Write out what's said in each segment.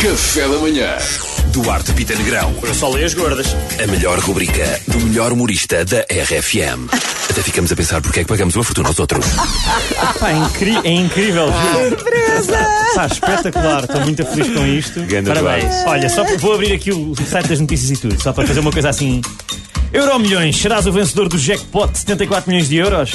Café da Manhã. Duarte Pita Negrão. Eu só leio as gordas. A melhor rubrica do melhor humorista da RFM. Até ficamos a pensar porque é que pagamos uma fortuna aos outros. Pá, é, incri- é incrível. Surpresa! Pá, espetacular. Estou muito feliz com isto. Ganda Parabéns. Olha, só por- vou abrir aqui o site das notícias e tudo, só para fazer uma coisa assim. Euro milhões, serás o vencedor do jackpot de 74 milhões de euros?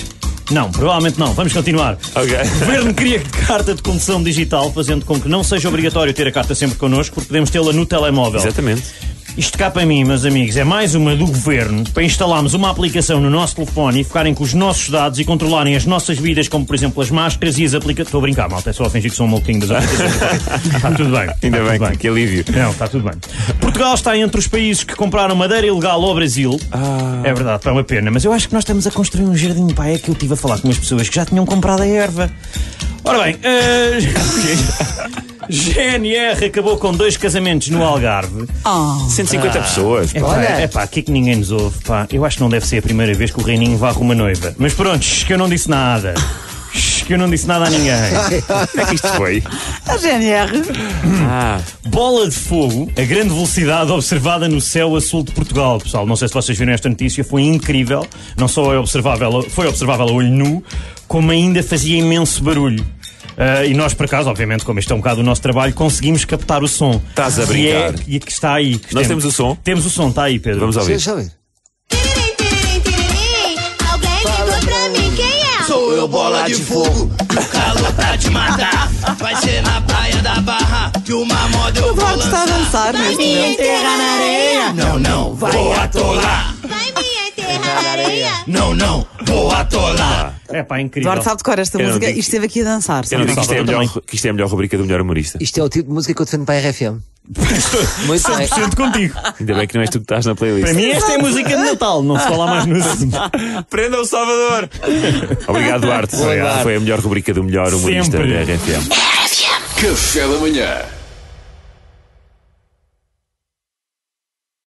Não, provavelmente não. Vamos continuar. Ok. O governo cria carta de condução digital, fazendo com que não seja obrigatório ter a carta sempre connosco, porque podemos tê-la no telemóvel. Exatamente. Isto cá para mim, meus amigos, é mais uma do governo para instalarmos uma aplicação no nosso telefone e ficarem com os nossos dados e controlarem as nossas vidas, como por exemplo as máscaras e as aplicações. Estou a brincar, malta, é só a fingir que sou um maluquinho das aplicações. Está tudo bem. Ainda está bem, tudo que, que alívio. Não, está tudo bem. Portugal está entre os países que compraram madeira ilegal ao Brasil. Ah. É verdade, é uma pena, mas eu acho que nós estamos a construir um jardim. Pá, é que eu estive a falar com umas pessoas que já tinham comprado a erva. Ora bem, eh, GNR acabou com dois casamentos no Algarve. 150 pessoas. É pá, é pá, aqui que ninguém nos ouve, pá. Eu acho que não deve ser a primeira vez que o Reininho varre uma noiva. Mas pronto, shh, que eu não disse nada. Shh, que eu não disse nada a ninguém. Como é que isto foi? A GNR. Ah. Bola de fogo, a grande velocidade observada no céu a sul de Portugal, pessoal. Não sei se vocês viram esta notícia, foi incrível. Não só é observável, foi observável a olho nu, como ainda fazia imenso barulho. Ah, e nós, por acaso, obviamente, como este é um bocado o nosso trabalho, conseguimos captar o som. Estás a Que é- brincar. E que está aí. que Nós temos o som? Temos o som, está aí, Pedro. Vamos ouvir. Deixa eu ver. Alguém ligou pra mim, quem é? Sou eu bola de fogo, que o calor tá te matar. Vai ser na praia da barra que uma moda eu O vou Duarte está a lançar. dançar neste me momento. enterra na areia. Não, não, vou atolar. Vai me enterrar na areia. Não, não, vou atolar. É pá, incrível. Duarte sabe de cor esta Eu não música digo- e esteve aqui a dançar. Eu não digo que isto, é a Salvador melhor, que isto é a melhor rubrica do melhor humorista. Isto é o tipo de música que eu defendo para a RFM. Muito bem. Sinto contigo. Ainda bem que não és tu que estás na Para playlist. mim, esta é música de Natal. Não se fala mais no assunto. Prenda é o Salvador! Obrigado, Duarte. Obrigado. Foi a melhor rubrica do melhor humorista Sempre. da RFM. Café da Manhã.